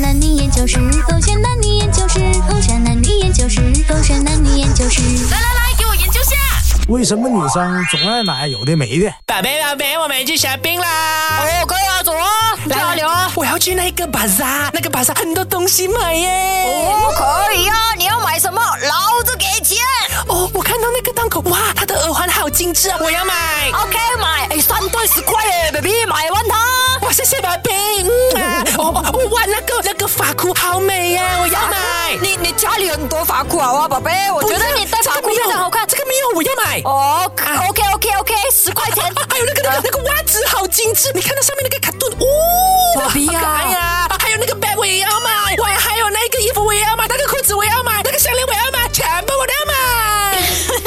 男女研究室，狗血男女研究室，狗血男女研究室，狗血男女研究室。来来来，给我研究下。为什么女生总爱买有的没的？宝贝宝贝，我们去 shopping 啦！哦，可以啊，走啊，去来哪里啊？我要去那个巴萨，那个巴萨很多东西买耶。哦，可以啊，你要买什么，老子给钱。哦，我看到那个档口，哇，它的耳环好精致啊，我要买。 OK，买，哎，三对十块耶，baby，买完它。哇，谢谢宝贝。 嗯啊，哦哦哦哇，那个那个发箍好美耶，哎我要买。你你家里很多发箍好啊，宝贝，我觉得你戴发箍不要变得好看。这个没有，我要买。哦，OK OK OK，十块钱啊。还有那个那个那个袜子好精致，你看它上面那个卡顿，哦，宝贝呀好可爱呀、啊！还有那个 bag 我也要买，哇，还有那个衣服我也要买，那个裤子我也要买，那个项链我也要买，全部我都要 买。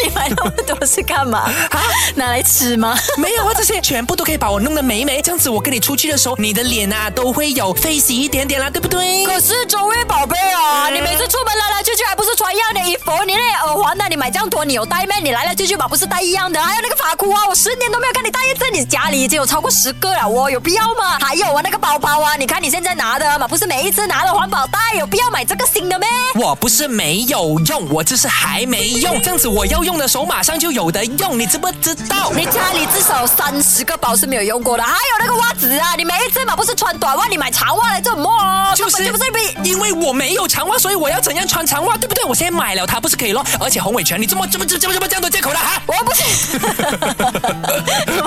你买那么多是干嘛？啊， 拿来吃吗？没有啊，这些全部都可以把我弄得美美，这样子我跟你出去的时候，你的脸啊都会有 face 一点点啦，对不对？可是周薇宝贝嗯啊，你每次出门来来去去还不是穿一样的衣服？你那耳环呢、你买这样多，你有戴咩？你来来去去嘛不是戴一样的？还有那个发箍啊，我十年都没有看你戴一次，你家里已经有超过十个了，我有必要吗？还有啊，那个包包啊，你看你现在拿的嘛，不是每一次拿的环保袋，有必要买这个啊新的咩？我不是没有用，我只是还没用，这样子我要用的时候马上就有的用，你知不知道？你家里至少有三十个包是没有用过的，还有那个袜子啊，你每一次嘛不是穿短袜，你买长袜来做什么啊？就是根本就不是比因为我没有长袜，所以我要怎样穿长袜，对不对？我现在买了它不是可以咯？而且洪伟全，你这么这么这么这么这样多借口了哈？我不是，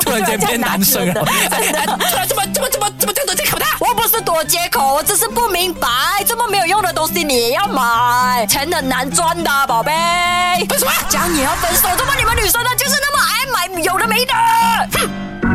突然间变男生了，哎真哎的突然这么这么这么这么这样多借口的？我不是躲借口，我只是不明白，这么没有用的东西你也要买，钱很难赚的，宝贝。为什么？讲你要分手，怎么你们女生呢，就是那么爱买有的没的？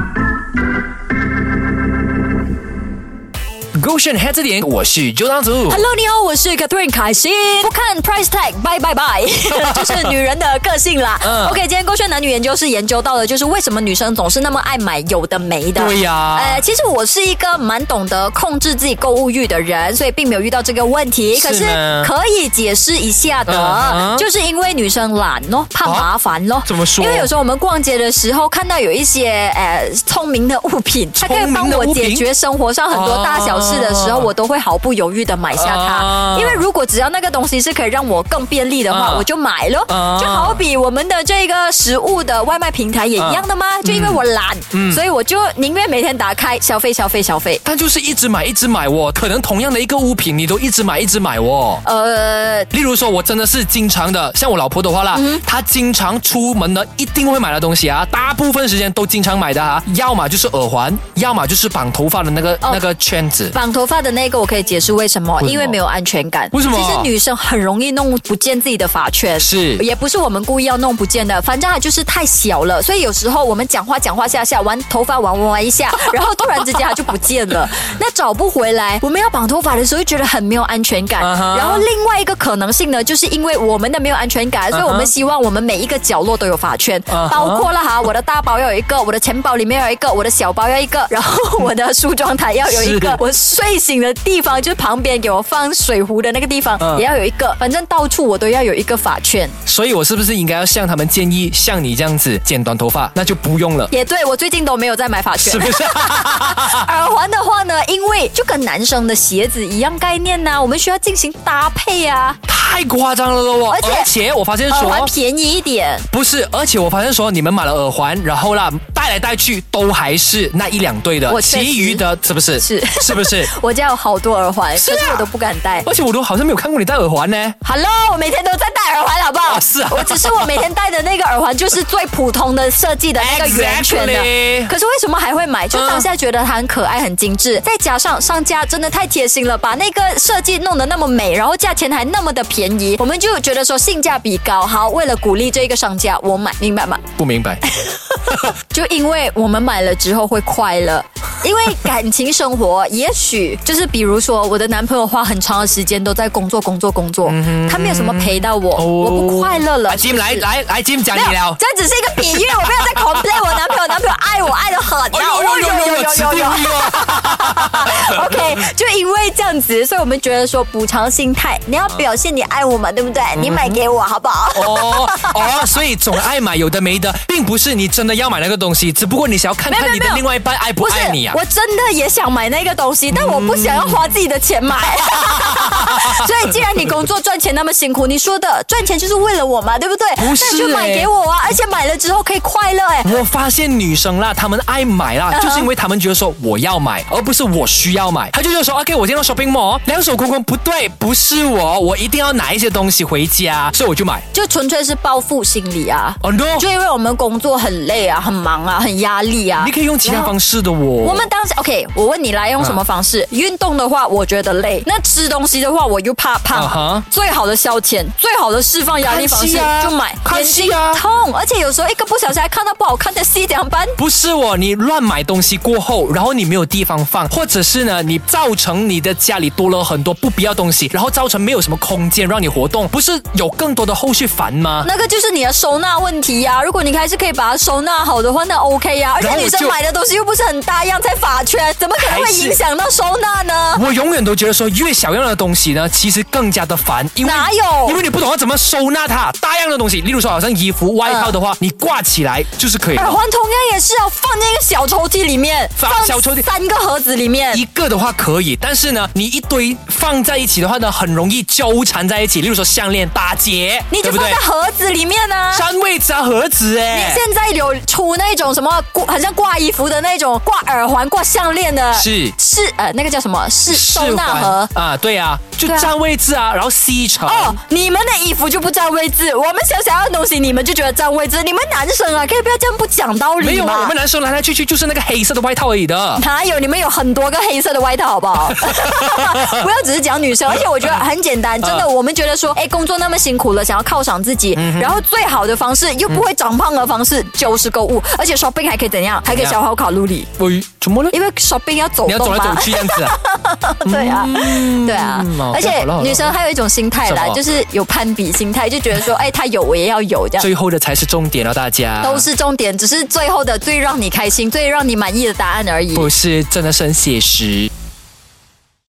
Goshen 黑字典，我是周当组。 Hello，你好，我是 Catherine 凯欣。不看 price tag，拜拜 拜，就是女人的个性啦。嗯 OK，今天勾选男女研究是研究到的，就是为什么女生总是那么爱买有的没的。对呀呃，其实我是一个蛮懂得控制自己购物欲的人，所以并没有遇到这个问题。是可是吗可以解释一下的，嗯哼就是因为女生懒咯，怕啊麻烦咯。怎么说因为有时候我们逛街的时候看到有一些呃聪明的物品，它可以帮我解决生活上很多大小事的时候，哦我都会毫不犹豫的买下啊它，因为如果只要那个东西是可以让我更便利的话，啊我就买咯。啊就好比我们的这个食物的外卖平台也一样的啊嘛，就因为我懒，嗯所以我就宁愿每天打开消费消费消费。但就是一直买，一直买哦。可能同样的一个物品，你都一直买，一直买哦。呃，例如说，我真的是经常的，像我老婆的话啦，她经常出门呢，一定会买的东西啊，大部分时间都经常买的啊，要么就是耳环，要么就是绑头发的那个、哦那个圈子。绑头发的那个我可以解释为什么，为什么因为没有安全感。为什么其实女生很容易弄不见自己的发圈，是也不是我们故意要弄不见的，反正它就是太小了，所以有时候我们讲话讲话下下，玩头发玩玩玩一 下，然后突然之间它就不见了，那找不回来。我们要绑头发的时候就觉得很没有安全感。啊哈然后另外一个可能性呢，就是因为我们的没有安全感，所以我们希望我们每一个角落都有发圈，啊啊哈包括了哈，我的大包要有一个，我的钱包里面要有一个，我的小包要一个，然后我的梳妆台要有一个是，我睡醒的地方，就是旁边给我放水壶的那个地方，嗯也要有一个，反正到处我都要有一个发圈。所以我是不是应该要向他们建议，像你这样子剪短头发，那就不用了，也对我最近都没有在买发圈是。不是？ 耳环的话呢，因为就跟男生的鞋子一样概念呐、我们需要进行搭配啊。太夸张了咯！而且我发现耳说环，便宜一点，不是，而且我发现说，你们买了耳环，然后啦，戴来戴去都还是那一两对的，我确实其余的是不是？是是 不是？我家有好多耳环，是啊可是我都不敢戴。而且我都好像没有看过你戴耳环呢。 Hello，我每天都在戴耳环，好不好？啊是啊我只是我每天戴的那个耳环就是最普通的设计的那个圆圈的。 Exactly 可是为什么还会买？就当下觉得它很可爱、很精致，再加上商家真的太贴心了，把那个设计弄得那么美，然后价钱还那么的便宜，我们就觉得说性价比高。好，为了鼓励这个商家，我买，明白吗？不明白，就因为我们买了之后会快 乐，因为感情生活也许就是比如说我的男朋友花很长的时间都在工作工作工作，嗯他没有什么陪到哦我，我不快乐了来。Jim 啊来来来 Jim 讲没有你了，。这只是一个比喻，我没有在 complain 我男朋友，男朋友爱我爱的很。哦此地无银哦 OK，就因为这样子，所以我们觉得说补偿心态，你啊要表现你爱我嘛，对不对？你买给我好不好？哦哦，所以总爱买有的没的，并不是你真的要买那个东西，只不过你想要看没有看没你有没的有另外一半爱不不是爱你啊，。我真的也想买那个东西，但我不想要花自己的钱 买。所以，既然你工作赚钱那么辛苦，你说的赚钱就是为了我嘛，对不对？不是那你就买欸给我啊！而且买了之后可以快乐哎、我发现女生啦，她们爱买嗯啦，就是因为她们觉得说我要买，而不是我需要买。她就觉得说，OK，我进到 shopping mall，两手空空，不对，不是我，我一定要拿一些东西回家，所以我就买。就纯粹是报复心理啊。哦、no，就因为我们工作很累啊，很忙啊，很压力啊。你可以用其他然后方式的哦。我我们当时 OK，我问你来用什么方啊式？运动的话，我觉得累；那吃东西的话，我又怕胖。啊哈最好的消遣，最好的释放压力方看式戏啊就买，看眼睛戏啊痛，而且有时候一个不小心还看到不好看的戏，怎么办？不是我，你乱买东西过后，然后你没有地方放，或者是呢，你造成你的家里多了很多不必要东西，然后造成没有什么空间让你活动，不是有更多的后续烦吗？那个就是你的收纳问题呀、如果你开始可以把它收纳好的话，那 OK 呀、而然且后我女生就买的东西又不是很大样，在法圈，怎么可能还会是影响到收纳呢？我永远都觉得说，越小样的东西呢，其实更加的烦，因为哪有因为你不懂要怎么收纳它。大样的东西，例如说好像衣服、外套的啊话，你挂起来就是可以耳了。哎环同样也是啊，放进一个小抽屉里面，放小抽屉三个盒子里面一。个的话可以，但是呢，你一堆放在一起的话呢，很容易纠缠在一起。例如说项链、打结，你就对不放对在？盒子里面啊。占位置啊，盒子你哎。现在有出那种什么挂，好像挂衣服的那种，挂耳环、挂项链的，是是呃那个叫什么？是收是纳环盒。啊，对啊，就对啊占位置啊，然后吸尘。哦，你们的衣服就不占位置，我们想想要的东西，你们就觉得占位置。你们男生啊，可以不要这样不讲道没理有啊，我吗们？男生来来去去就是那个黑色的外套而已的。哪有？你们有很多个黑色的外套，好不好？ 不要只是讲女 生，而且我觉得很简单，真的，我们觉得说，哎，工作那么辛苦了，想要犒赏自嗯己，然后最好的方式又不会长胖的方式就是购物，而且 shopping 还可以怎样？还可以怎样消耗卡路里。我怎么了？因为 shopping 要走嗯你要走动来走嘛，去这样子啊？ 对啊，对啊嗯好，而且好了好了女生还有一种心态什啦，么就是有攀比心态，就觉得说，哎，她有我也要有这样。最后的才是重点了，大家。都是重点，只是最后的最让你开心、最让你满意的答案而已。不是真的是很写实。